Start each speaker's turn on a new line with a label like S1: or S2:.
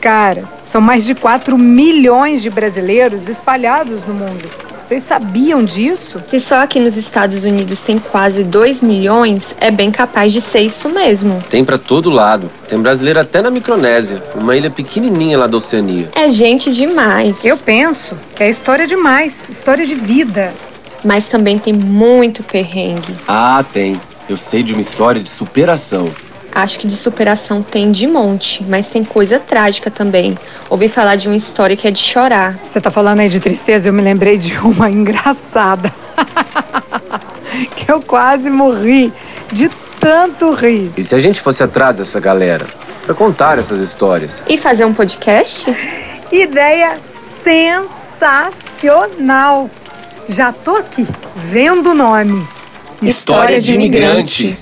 S1: Cara, são mais de 4 milhões de brasileiros espalhados no mundo. Vocês sabiam disso?
S2: Se só aqui nos Estados Unidos tem quase 2 milhões, é bem capaz de ser isso mesmo.
S3: Tem para todo lado. Tem brasileiro até na Micronésia, uma ilha pequenininha lá da Oceania.
S2: É gente demais.
S1: Eu penso que é história demais, história de vida.
S2: Mas também tem muito perrengue.
S3: Ah, tem. Eu sei de uma história de superação.
S2: Acho que de superação tem de monte, mas tem coisa trágica também. Ouvi falar de uma história que é de chorar.
S1: Você tá falando aí de tristeza, eu me lembrei de uma engraçada. que eu quase morri de tanto rir.
S3: E se a gente fosse atrás dessa galera para contar essas histórias?
S2: E fazer um podcast?
S1: Ideia sensacional. Já tô aqui vendo o nome.
S3: História, de imigrante.